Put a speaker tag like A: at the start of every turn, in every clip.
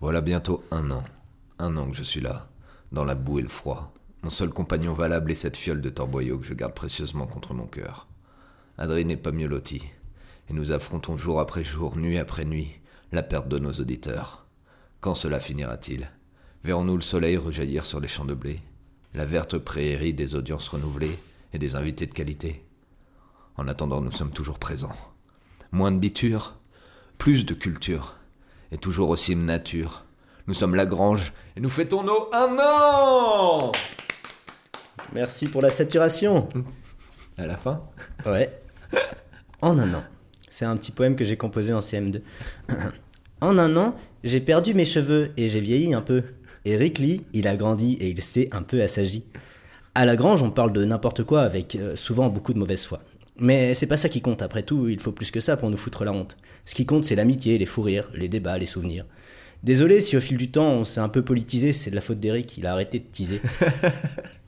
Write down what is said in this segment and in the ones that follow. A: Voilà bientôt un an. Un an que je suis là, dans la boue et le froid. Mon seul compagnon valable est cette fiole de torboyau que je garde précieusement contre mon cœur. Adrien n'est pas mieux loti. Et nous affrontons jour après jour, nuit après nuit, la perte de nos auditeurs. Quand cela finira-t-il Verrons-nous le soleil rejaillir sur les champs de blé La verte prairie des audiences renouvelées et des invités de qualité En attendant, nous sommes toujours présents. Moins de biture, plus de culture, et toujours aussi de nature. Nous sommes Lagrange et nous fêtons nos un an
B: Merci pour la saturation.
A: À la fin
B: Ouais. En un an. C'est un petit poème que j'ai composé en CM2. En un an, j'ai perdu mes cheveux et j'ai vieilli un peu. Eric Lee, il a grandi et il s'est un peu assagi. À la grange, on parle de n'importe quoi avec euh, souvent beaucoup de mauvaise foi. Mais c'est pas ça qui compte, après tout, il faut plus que ça pour nous foutre la honte. Ce qui compte, c'est l'amitié, les fous rires, les débats, les souvenirs. Désolé si au fil du temps on s'est un peu politisé, c'est de la faute d'Eric, il a arrêté de teaser.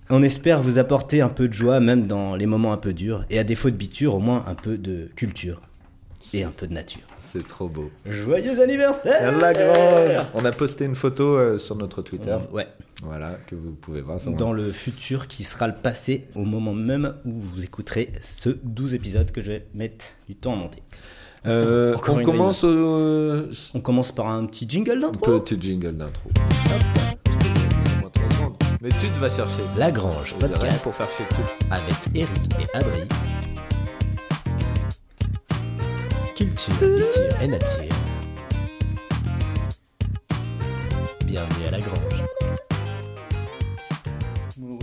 B: On espère vous apporter un peu de joie, même dans les moments un peu durs, et à défaut de biture, au moins un peu de culture et un peu de nature.
A: C'est trop beau.
B: Joyeux anniversaire
A: Lagrange On a posté une photo euh, sur notre Twitter,
B: Ouais,
A: voilà, que vous pouvez voir. ça,
B: dans le futur qui sera le passé au moment même où vous écouterez ce 12 épisodes que je vais mettre du temps à monter.
A: on- Euh,
B: Encore
A: on
B: une
A: commence euh,
B: On commence par un petit jingle d'intro.
A: Petit jingle d'intro. Mais tu te vas chercher.
B: La Grange
A: On dirait
B: Podcast
A: Pour faire chez tout.
B: avec Eric et Adri. Culture, étire et nature. Bienvenue à La Grange. Oh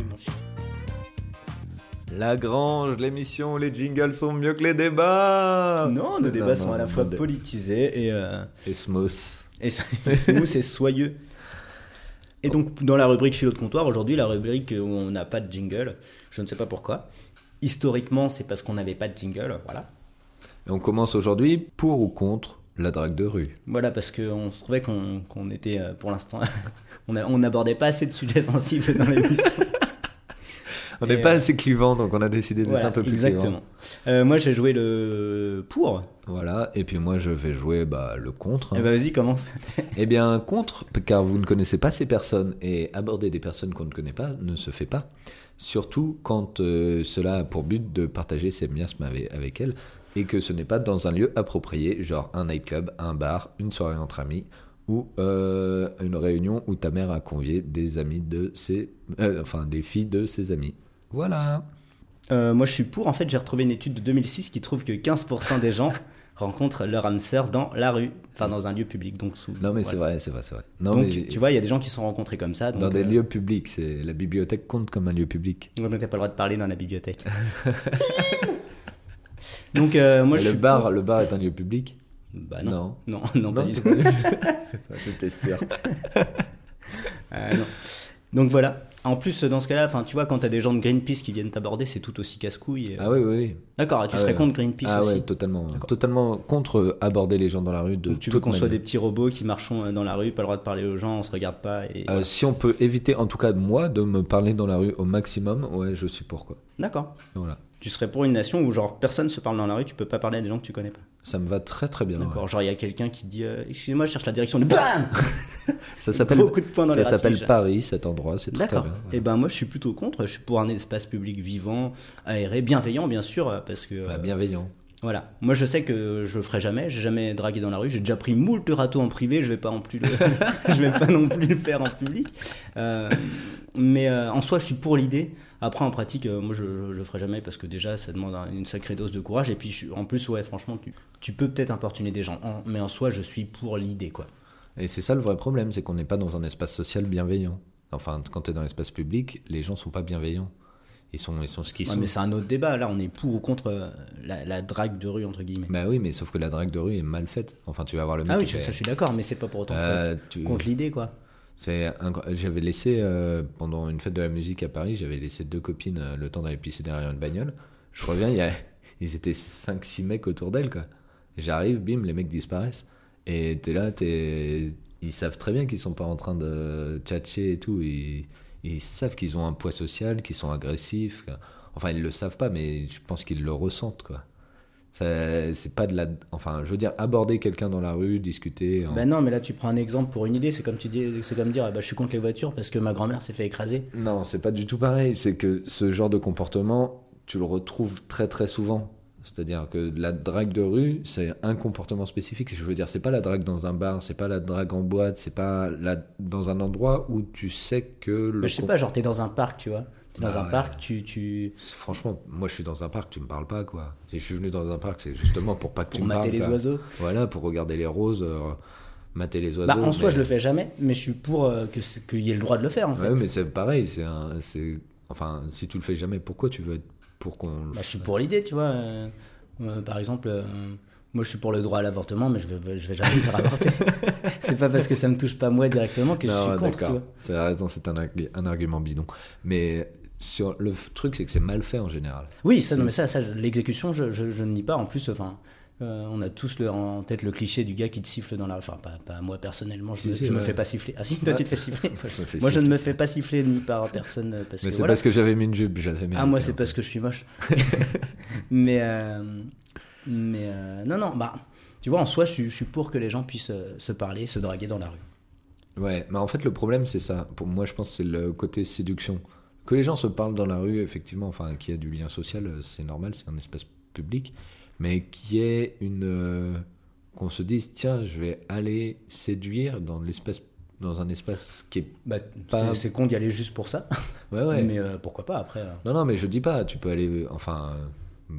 A: La Grange, l'émission, les jingles sont mieux que les débats.
B: Non, nos débats sont à la fois
A: non,
B: politisés et, euh,
A: Et smooth.
B: et smooth et soyeux. Et donc, dans la rubrique philo de comptoir, aujourd'hui, la rubrique où on n'a pas de jingle, je ne sais pas pourquoi. Historiquement, c'est parce qu'on n'avait pas de jingle, voilà.
A: Et on commence aujourd'hui pour ou contre la drague de rue.
B: Voilà, parce qu'on se trouvait qu'on qu'on était, euh, pour l'instant, on a- on n'abordait pas assez de sujets sensibles dans l'émission.
A: On
B: Et
A: n'est pas
B: euh,
A: assez clivant, donc on a décidé d'être
B: Voilà,
A: un peu plus clivant.
B: exactement. Euh, moi, j'ai joué le pour.
A: Voilà, et puis moi je vais jouer bah, le contre. hein.
B: Eh ben, vas-y, commence.
A: Eh bien, contre, car vous ne connaissez pas ces personnes et aborder des personnes qu'on ne connaît pas ne se fait pas. Surtout quand euh, cela a pour but de partager ses miasmes avec, avec elles et que ce n'est pas dans un lieu approprié, genre un nightclub, un bar, une soirée entre amis ou euh, une réunion où ta mère a convié des amis de ses, euh, enfin des filles de ses amis. Voilà.
B: Euh, moi, je suis pour. En fait, j'ai retrouvé une étude de 2006 qui trouve que 15% des gens rencontrent leur âme sœur dans la rue, enfin dans un lieu public. Donc, sous,
A: Non mais
B: voilà.
A: c'est vrai, c'est vrai, c'est vrai. Non
B: donc,
A: mais j'ai-
B: tu vois, il y a des gens qui se sont rencontrés comme ça. Donc,
A: dans des
B: euh,
A: lieux publics, c'est la bibliothèque compte comme un lieu public.
B: Donc, t'as pas le droit de parler dans la bibliothèque. donc, euh, moi, je
A: le
B: suis
A: bar,
B: pour-
A: le bar est un lieu public.
B: Bah, non.
A: Non.
B: Non, non, pas du
A: c'est
B: tout.
A: pas du- J'étais sûr.
B: Euh, non. Donc voilà. En plus, dans ce cas-là, enfin, tu vois, quand t'as des gens de Greenpeace qui viennent t'aborder, c'est tout aussi casse-couille.
A: Ah oui, oui, oui.
B: D'accord, tu
A: Ah
B: serais
A: ouais.
B: contre Greenpeace
A: ah
B: aussi.
A: ouais, totalement.
B: D'accord.
A: Totalement contre euh, aborder les gens dans la rue. De
B: Donc tu veux
A: toute
B: qu'on soit des
A: manière.
B: petits robots qui marchons euh, dans la rue, pas le droit de parler aux gens, on se regarde pas. Et...
A: Euh, si on peut éviter, en tout cas moi, de me parler dans la rue au maximum, ouais, je suis pour quoi.
B: D'accord.
A: Voilà.
B: Tu serais pour une nation où genre personne se parle dans la rue, tu peux pas parler à des gens que tu connais pas.
A: Ça me va très très bien.
B: D'accord.
A: Ah ouais.
B: Genre il y a quelqu'un qui dit euh, excusez-moi, je cherche la direction de BAM.
A: Ça s'appelle.
B: Gros coup de poing dans les
A: ça s'appelle
B: ratiges.
A: Paris, cet endroit, c'est très, très
B: D'accord.
A: bien.
B: Et ben moi je suis plutôt contre. Je suis pour un espace public vivant, aéré, bienveillant bien sûr, euh, parce que euh,
A: Bah, bienveillant.
B: voilà. Moi je sais que je le ferai jamais. J'ai jamais dragué dans la rue. J'ai déjà pris moult râteaux en privé. Je vais pas en plus. Le... je vais pas non plus le faire en public. Euh, mais euh, en soi je suis pour l'idée. Après en pratique, euh, moi je, je, je le ferai jamais parce que déjà ça demande un- une sacrée dose de courage. Et puis je suis- en plus ouais franchement tu, tu peux peut-être importuner des gens. En- mais en soi je suis pour l'idée quoi.
A: Et c'est ça le vrai problème, c'est qu'on n'est pas dans un espace social bienveillant. Enfin, quand tu es dans l'espace public, les gens sont pas bienveillants. Ils sont, ils sont ce qu'ils
B: Ouais,
A: sont.
B: mais c'est un autre débat. Là on est pour ou contre euh, la, la drague de rue entre guillemets.
A: Bah oui, mais sauf que la drague de rue est mal faite. Enfin, tu vas voir le mec.
B: Ah oui,
A: qui
B: je-
A: fait-
B: ça, je suis d'accord, mais c'est pas pour autant que
A: Euh, tu-
B: contre l'idée, quoi.
A: C'est incro- J'avais laissé, euh, pendant une fête de la musique à Paris, j'avais laissé deux copines euh, le temps d'aller pisser derrière une bagnole. Je reviens, il y a... ils étaient 5-6 mecs autour d'elle, quoi. J'arrive, bim, les mecs disparaissent. Et t'es là, t'es... ils savent très bien qu'ils sont pas en train de tchatcher et tout. Ils, ils savent qu'ils ont un poids social, qu'ils sont agressifs. quoi. Enfin, ils le savent pas, mais je pense qu'ils le ressentent, quoi. Ça- C'est pas de la. Enfin, je veux dire, aborder quelqu'un dans la rue, discuter. en-
B: Bah non, mais là tu prends un exemple pour une idée, c'est comme tu dis, c'est comme dire, ah bah, je suis contre les voitures parce que ma grand-mère s'est fait écraser.
A: Non, c'est pas du tout pareil. C'est que ce genre de comportement, tu le retrouves très très souvent. C'est-à-dire que la drague de rue, c'est un comportement spécifique. Je veux dire, c'est pas la drague dans un bar, c'est pas la drague en boîte, c'est pas la... dans un endroit où tu sais que le.
B: Bah, je sais
A: com-
B: pas, genre t'es dans un parc, tu vois. T'es dans
A: Bah
B: un
A: ouais.
B: parc, tu, tu
A: Franchement, moi je suis dans un parc, tu me parles pas quoi. Si je suis venu dans un parc, c'est justement pour pas que tu
B: pour
A: me
B: mater
A: parles.
B: les
A: quoi.
B: oiseaux.
A: Voilà, pour regarder les roses, euh, mater les oiseaux.
B: Bah en soi
A: mais-
B: je le fais jamais, mais je suis pour euh, que c'est- qu'il y ait le droit de le faire en fait.
A: Ouais, mais c'est pareil. C'est un- c'est- Enfin, si tu le fais jamais, pourquoi tu veux être. Pour qu'on. le
B: Bah, je suis pour l'idée, tu vois. euh, euh, par exemple, euh, moi je suis pour le droit à l'avortement, mais je vais, je vais jamais me faire avorter. c'est pas parce que ça me touche pas moi directement que je
A: Non,
B: suis contre, tu
A: d'accord.
B: vois.
A: C'est la raison, c'est un, argu- un argument bidon. Mais sur le f- truc, c'est que c'est mal fait en général.
B: Oui, ça, non, mais ça, ça je- l'exécution, je, je, je ne nie pas. En plus, enfin, euh, on a tous le- en tête le cliché du gars qui te siffle dans la. Enfin, pas, pas moi personnellement, je,
A: Si,
B: me,
A: si,
B: je me
A: ouais.
B: fais pas siffler. Ah si, toi
A: Ouais.
B: tu te fais siffler.
A: Moi, je me fais
B: moi, je
A: siffler.
B: ne me fais pas siffler ni par personne euh, parce
A: Mais
B: que
A: c'est
B: voilà.
A: parce que j'avais mis une jupe, j'avais mis.
B: Ah, moi, c'est parce que je suis moche. mais euh, mais euh, non, non, bah, tu vois, en soi, je, suis- je suis pour que les gens puissent euh, se parler, se draguer dans la rue.
A: Ouais, mais en fait, le problème, c'est ça. Pour moi, je pense que c'est le côté séduction. Que les gens se parlent dans la rue, effectivement, enfin, qu'il y a du lien social, euh, c'est normal, c'est un espace public. Mais qu'il y ait une. euh, qu'on se dise, tiens, je vais aller séduire dans l'espace. Dans un espace qui est.
B: Bah,
A: Pas-
B: c'est- C'est con d'y aller juste pour ça,
A: Ouais, ouais.
B: mais euh, pourquoi pas après. euh.
A: Non, non, mais je dis pas, tu peux aller. Enfin, euh,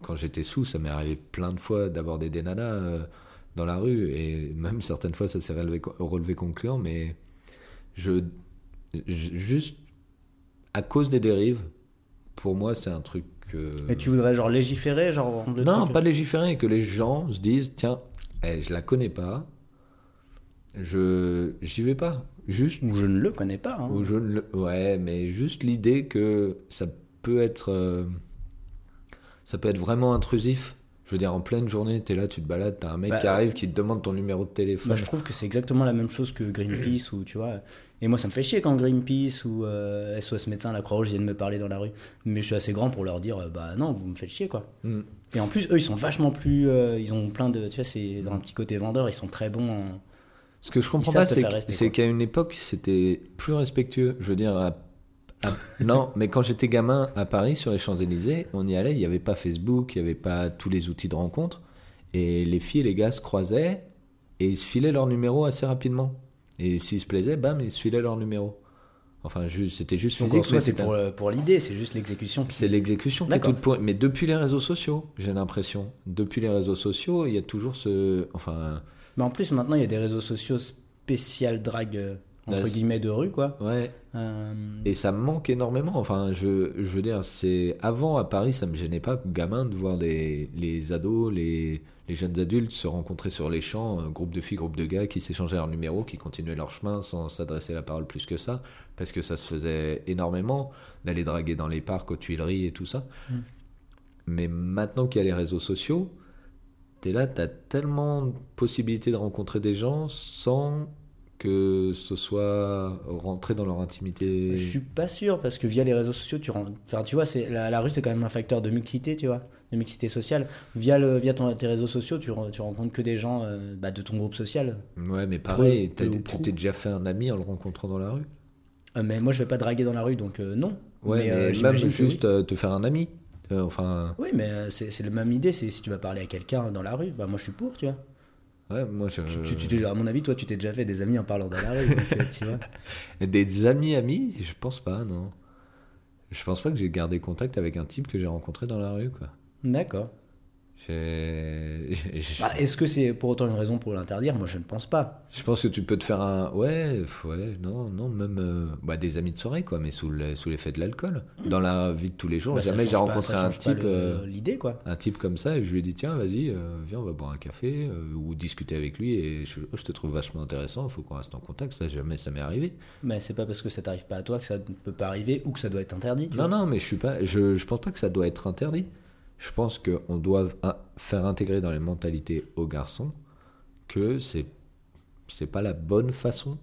A: quand j'étais sous, ça m'est arrivé plein de fois d'aborder des nanas euh, dans la rue, et même certaines fois, ça s'est relevé, relevé concluant, mais je. je- Juste à cause des dérives, pour moi, c'est un truc. euh,
B: Mais tu voudrais genre légiférer, genre rendre le
A: non,
B: truc-
A: pas légiférer, que les gens se disent tiens, eh, je la connais pas, je j'y vais pas. Juste
B: Ou je ne le connais pas. hein.
A: Ou je ne le- Ouais, mais juste l'idée que ça peut être. euh, Ça peut être vraiment intrusif. Je veux dire, en pleine journée, t'es là, tu te balades, t'as un mec
B: Bah,
A: qui arrive qui te demande ton numéro de téléphone.
B: Bah, je trouve que c'est exactement la même chose que Greenpeace ou tu vois. Et moi, ça me fait chier quand Greenpeace ou euh, SOS Médecins, la Croix-Rouge viennent me parler dans la rue. Mais je suis assez grand pour leur dire, euh, bah non, vous me faites chier quoi.
A: Mm.
B: Et en plus, eux, ils sont vachement plus. euh, ils ont plein de. Tu vois, c'est dans un petit côté vendeur, ils sont très bons. en-
A: Ce que je comprends
B: Ils savent
A: pas,
B: te
A: c'est
B: faire
A: qu'-
B: rester,
A: c'est
B: quoi.
A: qu'à une époque, c'était plus respectueux. Je veux dire, à- à- non, mais quand j'étais gamin à Paris, sur les Champs-Élysées, on y allait, il n'y avait pas Facebook, il n'y avait pas tous les outils de rencontre. Et les filles et les gars se croisaient et ils se filaient leur numéro assez rapidement. Et s'ils se plaisaient, bam, ils se filaient leur numéro. Enfin, ju- c'était juste
B: Donc,
A: physique.
B: en
A: mais
B: soi, c'est
A: c'était-
B: pour, euh, pour l'idée, c'est juste l'exécution.
A: c'est l'exécution qui est
B: D'accord.
A: toute pourrie. Mais depuis les réseaux sociaux, j'ai l'impression. Depuis les réseaux sociaux, il y a toujours ce. Enfin,
B: Mais en plus, maintenant, il y a des réseaux sociaux spécial drague, euh, entre
A: Ouais, c'est-
B: guillemets, de rue quoi.
A: ouais.
B: Euh,
A: Et ça me manque énormément. Enfin, je, je veux dire, c'est avant à Paris, ça me gênait pas, gamin, de voir les, les ados, les, les jeunes adultes se rencontrer sur les champs, un groupe de filles, groupe de gars qui s'échangeaient leurs numéros, qui continuaient leur chemin sans s'adresser la parole plus que ça, parce que ça se faisait énormément d'aller draguer dans les parcs, aux Tuileries et tout ça.
B: Mm.
A: Mais maintenant qu'il y a les réseaux sociaux, t'es là, t'as tellement de possibilités de rencontrer des gens sans que ce soit rentré dans leur intimité.
B: Je suis pas sûr parce que via les réseaux sociaux, tu rends. Enfin, tu vois, c'est la, la rue, c'est quand même un facteur de mixité, tu vois, de mixité sociale. Via le, via ton- tes réseaux sociaux, tu, ren- tu rencontres que des gens euh, bah, de ton groupe social.
A: Ouais, mais pareil, t'as-
B: peu ou
A: tu
B: prou.
A: t'es déjà fait un ami en le rencontrant dans la rue.
B: Euh, mais moi, je vais pas draguer dans la rue, donc euh, non.
A: Ouais, mais,
B: euh,
A: même
B: j'imagine que
A: juste
B: Oui,
A: euh, te faire un ami. Euh, enfin,
B: Oui, mais euh, c'est c'est la même idée. C'est si tu vas parler à quelqu'un dans la rue, bah moi, je suis pour, tu vois.
A: ouais, moi je.
B: Tu- tu- tu t'es- à mon avis, toi, tu t'es déjà fait des amis en parlant dans la rue, donc, euh, tu vois.
A: Des amis, amis, je pense pas, non. Je pense pas que j'ai gardé contact avec un type que j'ai rencontré dans la rue, quoi.
B: D'accord.
A: J'ai- j'ai-
B: Bah, Est-ce que c'est pour autant une raison pour l'interdire Moi, je ne pense pas.
A: Je pense que tu peux te faire un. Ouais, f- ouais, non, non, même. euh, Bah, des amis de soirée, quoi, mais sous le- sous l'effet de l'alcool. Dans la vie de tous les jours,
B: Bah, ça
A: jamais j'ai
B: change pas-
A: rencontré
B: ça
A: un
B: change pas
A: type.
B: le-
A: euh,
B: L'idée, quoi.
A: un type comme ça et je lui ai dit tiens vas-y euh, viens on va boire un café euh, ou discuter avec lui et je, oh, je te trouve vachement intéressant faut qu'on reste en contact ça jamais ça m'est arrivé
B: Mais c'est pas parce que ça t'arrive pas à toi que ça ne peut pas arriver ou que ça doit être interdit. tu
A: non
B: vois.
A: non mais je suis pas je, je pense pas que ça doit être interdit je pense que on doit hein, faire intégrer dans les mentalités aux garçons que c'est c'est pas la bonne façon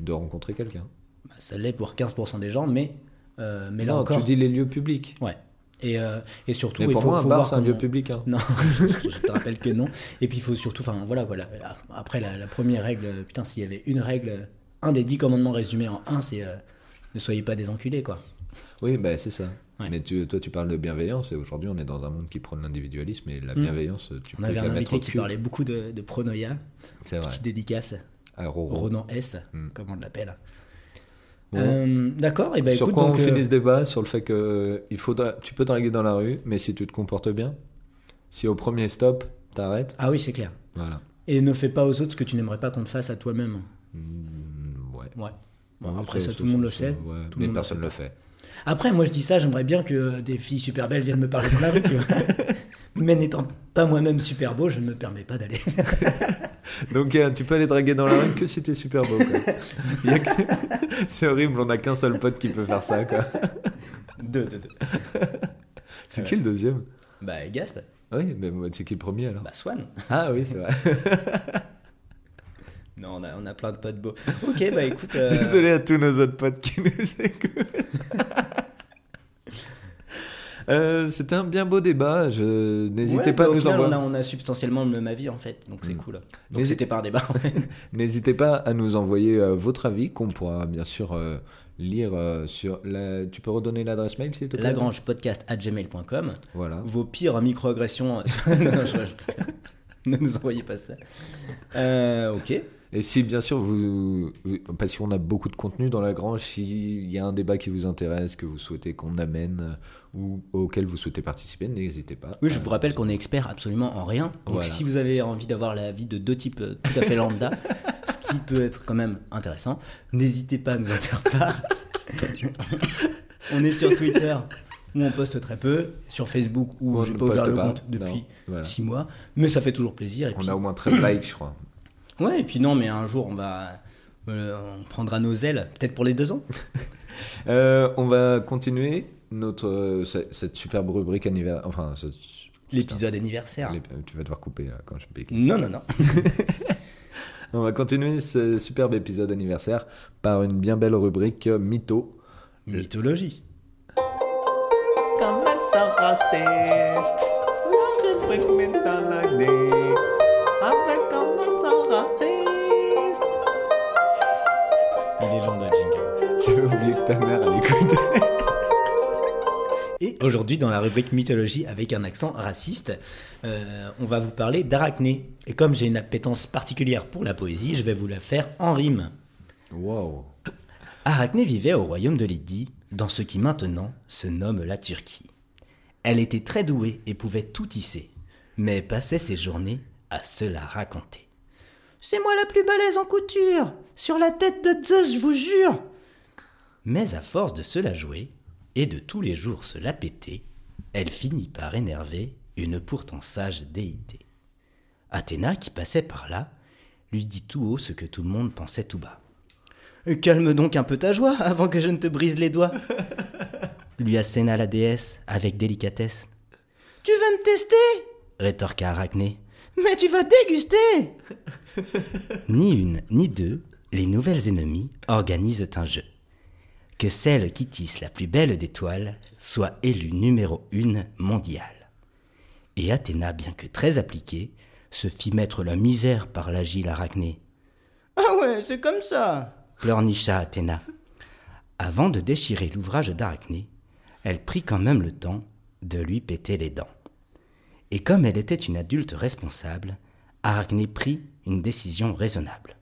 A: de rencontrer quelqu'un
B: Bah, ça l'est pour 15% des gens, mais, euh, mais là
A: non
B: encore.
A: tu dis les lieux publics
B: Ouais. Et, euh, et surtout,
A: Mais
B: il
A: pour
B: faut,
A: moi, un
B: faut
A: bar,
B: voir
A: c'est un lieu
B: comment-
A: public. hein.
B: Non, je te rappelle que non. Et puis il faut surtout, enfin voilà, voilà. voilà. Après la, la première règle, euh, putain, s'il y avait une règle, euh, un des dix commandements résumés en un, c'est euh, ne soyez pas des enculés, quoi.
A: Oui, bah, c'est ça.
B: Ouais.
A: Mais tu- toi, tu parles de bienveillance et aujourd'hui, on est dans un monde qui prône l'individualisme et la Hmm. bienveillance, tu
B: On
A: peux
B: avait
A: la
B: un
A: mettre au
B: invité qui
A: cul.
B: parlait beaucoup de, de pronoia.
A: C'est vrai.
B: Petite dédicace,
A: Ah, Roro.
B: Ronan S,
A: Mm.
B: comme on l'appelle.
A: Bon.
B: Euh, D'accord, et ben
A: sur
B: écoute,
A: quoi
B: donc,
A: on
B: euh,
A: finit ce débat Sur le fait que euh, il faudra, tu peux draguer dans la rue, mais si tu te comportes bien, si au premier stop, t'arrêtes,
B: Ah oui, c'est clair.
A: voilà.
B: Et ne fais pas aux autres ce que tu n'aimerais pas qu'on te fasse à toi-même.
A: Mm, ouais.
B: Ouais. Bon,
A: Ouais,
B: après
A: c'est-
B: ça,
A: c'est-
B: tout le monde le
A: c'est-
B: sait.
A: ouais,
B: tout le
A: mais
B: monde le
A: personne ne le fait.
B: Après, moi, je dis ça, j'aimerais bien que des filles super belles viennent me parler dans la rue, tu vois. Mais n'étant pas moi-même super beau, je ne me permets pas d'aller.
A: Donc euh, tu peux aller draguer dans la rue que si t'es super beau. quoi. Il y a que- C'est horrible, on a qu'un seul pote qui peut faire ça. Quoi.
B: Deux, deux, deux.
A: C'est
B: Ouais.
A: qui le deuxième
B: Bah, Gasp,
A: Oui, mais moi, c'est qui le premier alors
B: bah, Swan.
A: Ah oui, c'est vrai.
B: Non, on a, on a plein de potes beaux. Ok, bah écoute. euh,
A: Désolé à tous nos autres potes qui nous écoutent. Euh, C'était un bien beau débat. Je... N'hésitez
B: ouais,
A: pas à
B: bah, au
A: nous
B: final, on
A: envoyer. Hmm.
B: a, on a substantiellement le même avis, en fait, donc c'est cool. Donc
A: Mais-
B: c'était pas un débat, en fait.
A: N'hésitez pas à nous envoyer euh, votre avis qu'on pourra bien sûr euh, lire euh, sur. La... Tu peux redonner l'adresse mail s'il te plaît
B: Lagrangepodcast.gmail.com.
A: Voilà.
B: Vos pires microagressions. non, non, je- je- Ne nous envoyez pas ça. Euh, ok.
A: Et si, bien sûr, vous, vous- parce qu'on a beaucoup de contenu dans la grange, s'il y a un débat qui vous intéresse, que vous souhaitez qu'on amène euh, ou auquel vous souhaitez participer, n'hésitez pas.
B: Oui, je vous rappelle qu'on est expert absolument en rien. Donc
A: Voilà.
B: si vous avez envie d'avoir la vie de deux types euh, tout à fait lambda, ce qui peut être quand même intéressant, n'hésitez pas à nous en faire part. on est sur Twitter où on poste très peu, sur Facebook où
A: On
B: j'ai
A: ne
B: pas ouvert
A: poste
B: le
A: pas.
B: compte depuis
A: Non, voilà.
B: 6 mois, mais ça fait toujours plaisir. Et
A: On
B: puis,
A: a au moins 13 likes, je crois.
B: Ouais, et puis non, mais un jour on va, euh, on prendra nos ailes, peut-être pour les deux ans.
A: Euh, on va continuer notre, euh, ce- cette superbe rubrique anniversaire. Enfin, ce-
B: L'épisode anniversaire.
A: les- tu vas devoir couper là, quand je pique.
B: Non, non, non.
A: On va continuer ce superbe épisode anniversaire par une bien belle rubrique euh, mytho.
B: Mythologie. Il est genre de jingle.
A: J'avais oublié que ta mère à l'écouter.
B: Et aujourd'hui, dans la rubrique mythologie avec un accent raciste, euh, on va vous parler d'Arachné. Et comme j'ai une appétence particulière pour la poésie, je vais vous la faire en rime.
A: Wow.
B: Arachné vivait au royaume de Lydie, dans ce qui maintenant se nomme la Turquie. Elle était très douée et pouvait tout tisser, mais passait ses journées à se la raconter. C'est moi la plus balèze en couture Sur la tête de Zeus, je vous jure Mais à force de se la jouer, et de tous les jours se la péter, elle finit par énerver une pourtant sage déité. Athéna, qui passait par là, lui dit tout haut ce que tout le monde pensait tout bas. Calme donc un peu ta joie avant que je ne te brise les doigts. Lui asséna la déesse avec délicatesse. Tu veux me tester rétorqua Arachné. Mais tu vas déguster Ni une, ni deux, les nouvelles ennemies organisent un jeu. Que celle qui tisse la plus belle des toiles soit élue numéro une mondiale. Et Athéna, bien que très appliquée, se fit mettre la misère par l'agile Arachné. Ah ouais, c'est comme ça pleurnicha Athéna. Avant de déchirer l'ouvrage d'Arachné, elle prit quand même le temps de lui péter les dents. Et comme elle était une adulte responsable, Arachné prit une décision raisonnable.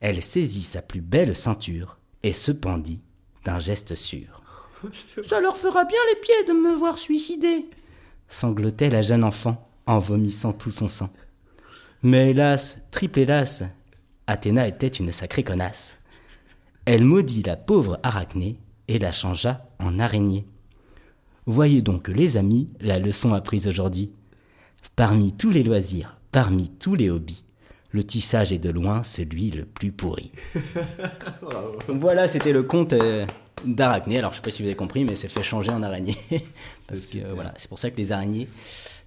B: Elle saisit sa plus belle ceinture et se pendit d'un geste sûr. Ça leur fera bien les pieds de me voir suicider sanglotait la jeune enfant en vomissant tout son sang. Mais hélas, triple hélas, Athéna était une sacrée connasse. Elle maudit la pauvre Arachné et la changea en araignée. Voyez donc, les amis, la leçon apprise aujourd'hui. Parmi tous les loisirs, parmi tous les hobbies, le tissage est de loin celui le plus pourri. voilà, c'était le conte euh, d'Arachné. Alors, je sais pas si vous avez compris, mais c'est fait changer en araignée. Parce que euh, voilà, c'est pour ça que les araignées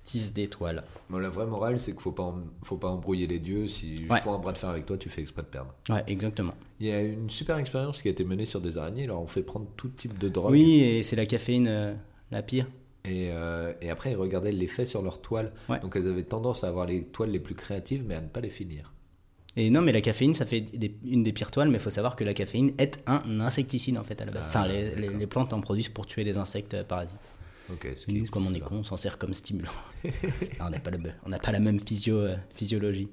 B: tissent des toiles.
A: Bon, la vraie morale, c'est qu'il faut pas, em- faut pas embrouiller les dieux. Si je
B: Ouais.
A: fais un bras de fer avec toi, tu fais exprès de perdre.
B: Ouais, exactement.
A: Il y a une super expérience qui a été menée sur des araignées. Alors, on fait prendre tout type de drogue.
B: Oui, et c'est la caféine euh, la pire.
A: Et, euh, et après, ils regardaient l'effet sur leurs toiles.
B: Ouais.
A: Donc, elles avaient tendance à avoir les toiles les plus créatives, mais à ne pas les finir.
B: Et non, mais la caféine, ça fait des- une des pires toiles, mais il faut savoir que la caféine est un insecticide en fait à la base.
A: Ah,
B: enfin, les,
A: d'accord.
B: les- les plantes en produisent pour tuer les insectes euh, parasites.
A: Ok, ce
B: Parce que
A: qui
B: nous, comme on est
A: explique
B: con, on s'en sert comme stimulant. Ah, on n'a pas, le- on n'a pas la même physio, euh, physiologie.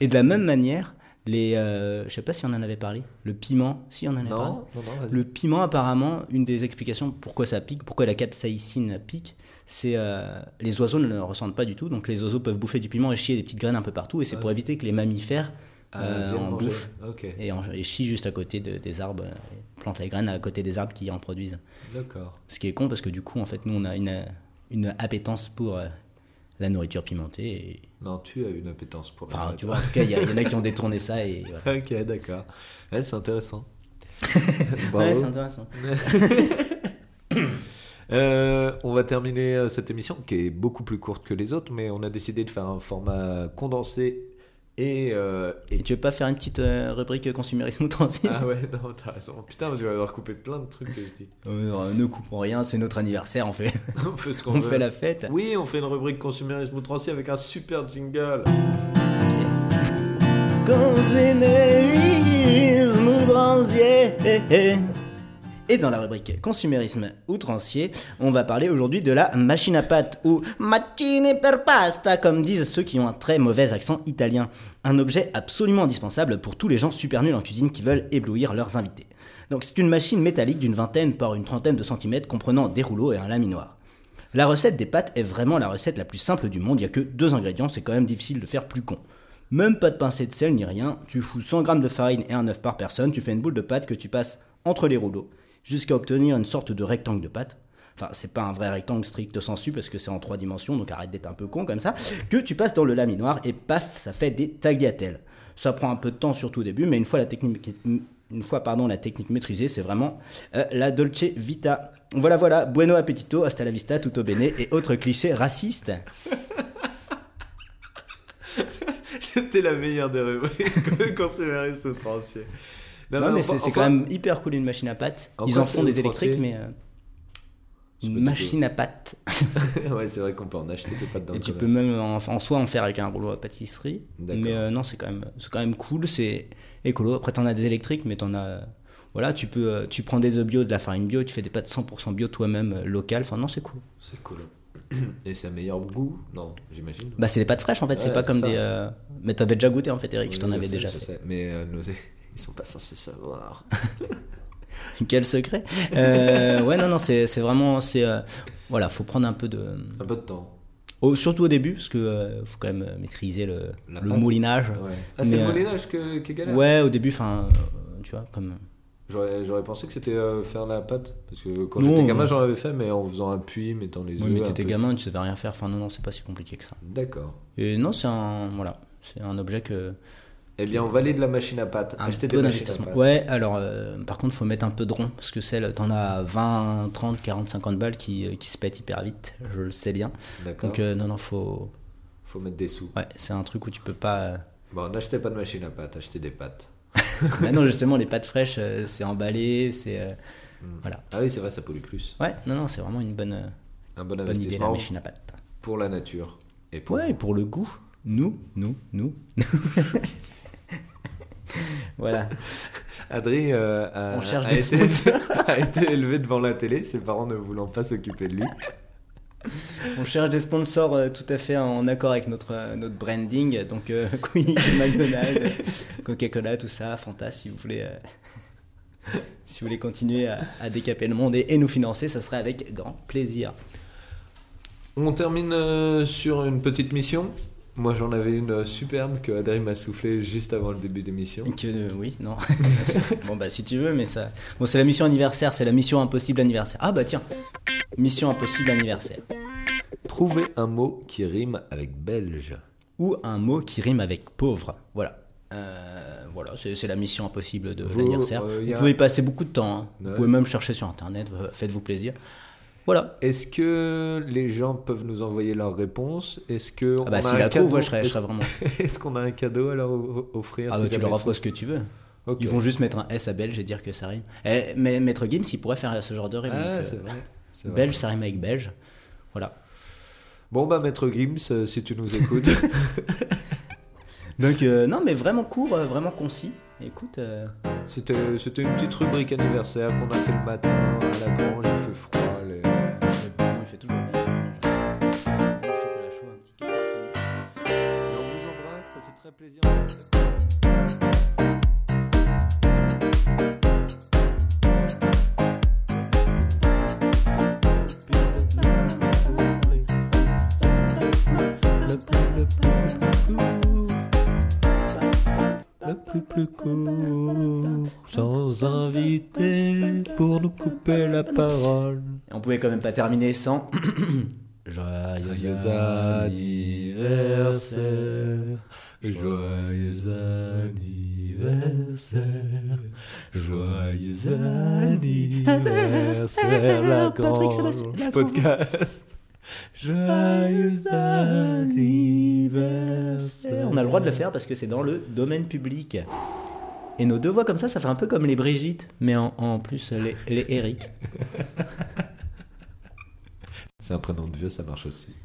B: Et de la même manière, les, euh, je sais pas si on en avait parlé, le piment, si on en
A: ça.
B: avait parlé.
A: Non, non, non, vas-y.
B: Le piment, apparemment, une des explications pourquoi ça pique, pourquoi la capsaïcine pique, c'est euh, les oiseaux ne le ressentent pas du tout. Donc les oiseaux peuvent bouffer du piment et chier des petites graines un peu partout. Et c'est pour éviter que les mammifères
A: Ah,
B: euh,
A: viens
B: en
A: manger.
B: bouffent
A: Ok,
B: et, en, et chient juste à côté de- des arbres, euh, et plantent les graines à côté des arbres qui en produisent.
A: d'accord.
B: Ce qui est con parce que du coup, en fait, nous, on a une, une appétence pour euh, la nourriture pimentée. et-
A: Non, tu as une appétence pour
B: Enfin,
A: la
B: tu vois, en tout cas, il y, a- il y en a qui ont détourné ça et voilà.
A: Ok, d'accord. Ouais, c'est intéressant.
B: Ouais,
A: Bravo.
B: c'est intéressant.
A: Euh, on va terminer euh, cette émission qui est beaucoup plus courte que les autres, mais on a décidé de faire un format condensé et. euh, et-
B: Et tu veux pas faire une petite euh, rubrique consumérisme outrancier
A: Ah ouais, non, t'as raison. Putain, tu vas avoir coupé plein de trucs. que je dis.
B: Euh, ne coupons rien, c'est notre anniversaire, on fait,
A: on fait ce qu'on
B: on
A: veut.
B: fait la fête.
A: Oui, on fait une rubrique consumérisme outrancier avec un super jingle.
B: Consumérisme outrancier. Et dans la rubrique consumérisme outrancier, on va parler aujourd'hui de la machine à pâte ou machine per pasta, comme disent ceux qui ont un très mauvais accent italien. Un objet absolument indispensable pour tous les gens super nuls en cuisine qui veulent éblouir leurs invités. Donc c'est une machine métallique d'une vingtaine par une trentaine de centimètres comprenant des rouleaux et un laminoir. La recette des pâtes est vraiment la recette la plus simple du monde, il n'y a que deux ingrédients, c'est quand même difficile de faire plus con. Même pas de pincée de sel ni rien, tu fous 100 g de farine et un œuf par personne, tu fais une boule de pâte que tu passes entre les rouleaux, jusqu'à obtenir une sorte de rectangle de pâte. Enfin, c'est pas un vrai rectangle strict sensu parce que c'est en trois dimensions, donc arrête d'être un peu con comme ça, que tu passes dans le laminoir et paf, ça fait des tagliatelles. Ça prend un peu de temps surtout au début, mais une fois la technique, une fois pardon, la technique maîtrisée, c'est vraiment euh, la dolce vita. Voilà, voilà, bueno appetito, hasta la vista, tutto bene et autres clichés racistes.
A: C'était la meilleure des rubriques consumérisme outrancier.
B: Non, mais c'est c'est quand même hyper cool une machine à pâte.
A: En
B: Ils
A: quoi
B: en
A: c'est
B: font des
A: outrancier
B: électriques, mais euh,
A: C'est pas
B: une
A: du
B: machine à pâte.
A: même. ouais, c'est vrai qu'on peut en acheter des pâtes dans
B: Et
A: le
B: tu peux
A: commerce.
B: même en, en soi en faire avec un rouleau à pâtisserie.
A: D'accord.
B: Mais euh, non, c'est quand même c'est quand même cool, c'est écolo. Après t'en as des électriques, mais t'en as euh, voilà, tu peux euh, tu prends des œufs bio, de la farine bio, tu fais des pâtes 100% bio toi-même euh, locales. Enfin non, c'est cool.
A: C'est cool. Et c'est un meilleur goût Non, j'imagine.
B: Bah c'est des pâtes fraîches en fait, c'est
A: Ouais,
B: pas
A: c'est
B: comme
A: ça.
B: des euh, mais t'avais déjà goûté en fait Eric, je t'en
A: Oui,
B: avais
A: sais,
B: déjà
A: je
B: fait.
A: sais. Mais euh, nos... ils sont pas censés savoir.
B: Quel secret. Euh, ouais non non, c'est c'est vraiment c'est euh, voilà, faut prendre un peu de
A: Un peu de temps.
B: Oh, surtout au début, parce que euh, faut quand même euh, maîtriser le,
A: La
B: le
A: pâte.
B: moulinage.
A: Ouais. Ah, c'est
B: Mais,
A: le
B: euh,
A: moulinage que, qui est galère
B: Ouais, au début, enfin, euh, tu vois, comme.
A: J'aurais j'aurais pensé que c'était euh, faire la pâte. Parce que quand
B: Non,
A: j'étais gamin,
B: euh,
A: j'en avais fait, mais en faisant un puits, mettant les œufs.
B: Oui, mais
A: un
B: t'étais
A: peu.
B: gamin, tu savais rien faire. Enfin, non, non, c'est pas si compliqué que ça.
A: D'accord.
B: Et non, c'est un. Voilà. C'est un objet que.
A: Eh bien, on valide la machine à pâte.
B: Un
A: Acheter
B: peu
A: des machines à
B: d'investissement.
A: pâte.
B: Ouais, alors, euh, par contre, faut mettre un peu de rond. Parce que celle, t'en as 20, 30, 40, 50 balles qui, euh, qui se pètent hyper vite. Je le sais bien.
A: D'accord.
B: Donc, euh, non, non, faut.
A: Faut mettre des sous.
B: Ouais, c'est un truc où tu peux pas.
A: Bon, n'achetez pas de machine à pâte, achetez des pâtes.
B: Bah non, justement, les pâtes fraîches, euh, c'est emballé, c'est. euh, Voilà.
A: Ah oui, c'est vrai, ça pollue plus.
B: Ouais, non, non, c'est vraiment une bonne. euh,
A: Un bon
B: Bonne idée, la
A: investissement
B: machine à pâte.
A: pour la nature. Et pour
B: Ouais, et
A: vous.
B: pour le goût, nous, nous, nous. voilà.
A: Adri euh, a,
B: On cherche
A: a
B: des
A: été, a été élevé devant la télé, ses parents ne voulant pas s'occuper de lui.
B: On cherche des sponsors euh, tout à fait en accord avec notre, euh, notre branding. Donc, euh, Quick, McDonald's, euh, Coca-Cola, tout ça, Fanta, si vous voulez. euh, Si vous voulez continuer à, à décaper le monde et, et nous financer, ça serait avec grand plaisir.
A: On termine euh, sur une petite mission. Moi j'en avais une euh, superbe que Adri m'a soufflé juste avant le début d'émission.
B: Que, euh, oui, non. bon, bah si tu veux, mais ça. Bon, c'est la mission anniversaire, c'est la mission impossible anniversaire. Ah, bah tiens, mission impossible anniversaire.
A: Trouver un mot qui rime avec belge.
B: ou un mot qui rime avec pauvre. Voilà. Euh, voilà, c'est c'est la mission impossible de
A: Vous,
B: l'anniversaire.
A: euh, y
B: Vous
A: a-
B: pouvez y passer beaucoup de temps. hein.
A: Ouais.
B: Vous pouvez même chercher sur internet. euh, Faites-vous plaisir. Voilà.
A: Est-ce que les gens peuvent nous envoyer leurs réponses Est-ce que
B: Ah
A: on
B: bah
A: a
B: si
A: un
B: la
A: cadeau
B: trouve, ouais, je serais, je
A: Est-ce-
B: serais vraiment.
A: Est-ce qu'on a un cadeau à leur o- offrir
B: Ah
A: si
B: bah, tu
A: jamais
B: leur
A: ils
B: offres ce que tu veux.
A: trouvent Ok.
B: Ils vont juste mettre un S à belge et dire que ça rime. Eh, mais Maître Gims, il pourrait faire ce genre de rime.
A: Ah,
B: donc, euh,
A: c'est vrai. c'est vrai.
B: belge, ça rime avec belge. Voilà.
A: Bon, bah, Maître Gims, euh, si tu nous écoutes.
B: Donc, euh, non, mais vraiment court, euh, vraiment concis. Écoute, euh,
A: C'était c'était une petite rubrique anniversaire qu'on a fait le matin à la grange, il fait froid. les-
B: il fait toujours bon. Un chocolat chaud, un petit cappuccino.
A: Et on vous embrasse, ça fait très plaisir.
B: Le plus, le plus, le plus
A: Le plus plus court, sans invité, pour nous couper la parole.
B: Et On pouvait quand même pas terminer sans. Joyeux
A: Joyeux anniversaire, joyeux anniversaire, joyeux anniversaire, la
B: Ah, Patrick Sébastien, la
A: Grange podcast. Joyeux anniversaire.
B: On a le droit de le faire parce que c'est dans le domaine public. Et nos deux voix comme ça, ça fait un peu comme les Brigitte, mais en, en plus les, les Eric.
A: C'est un prénom de vieux, ça marche aussi.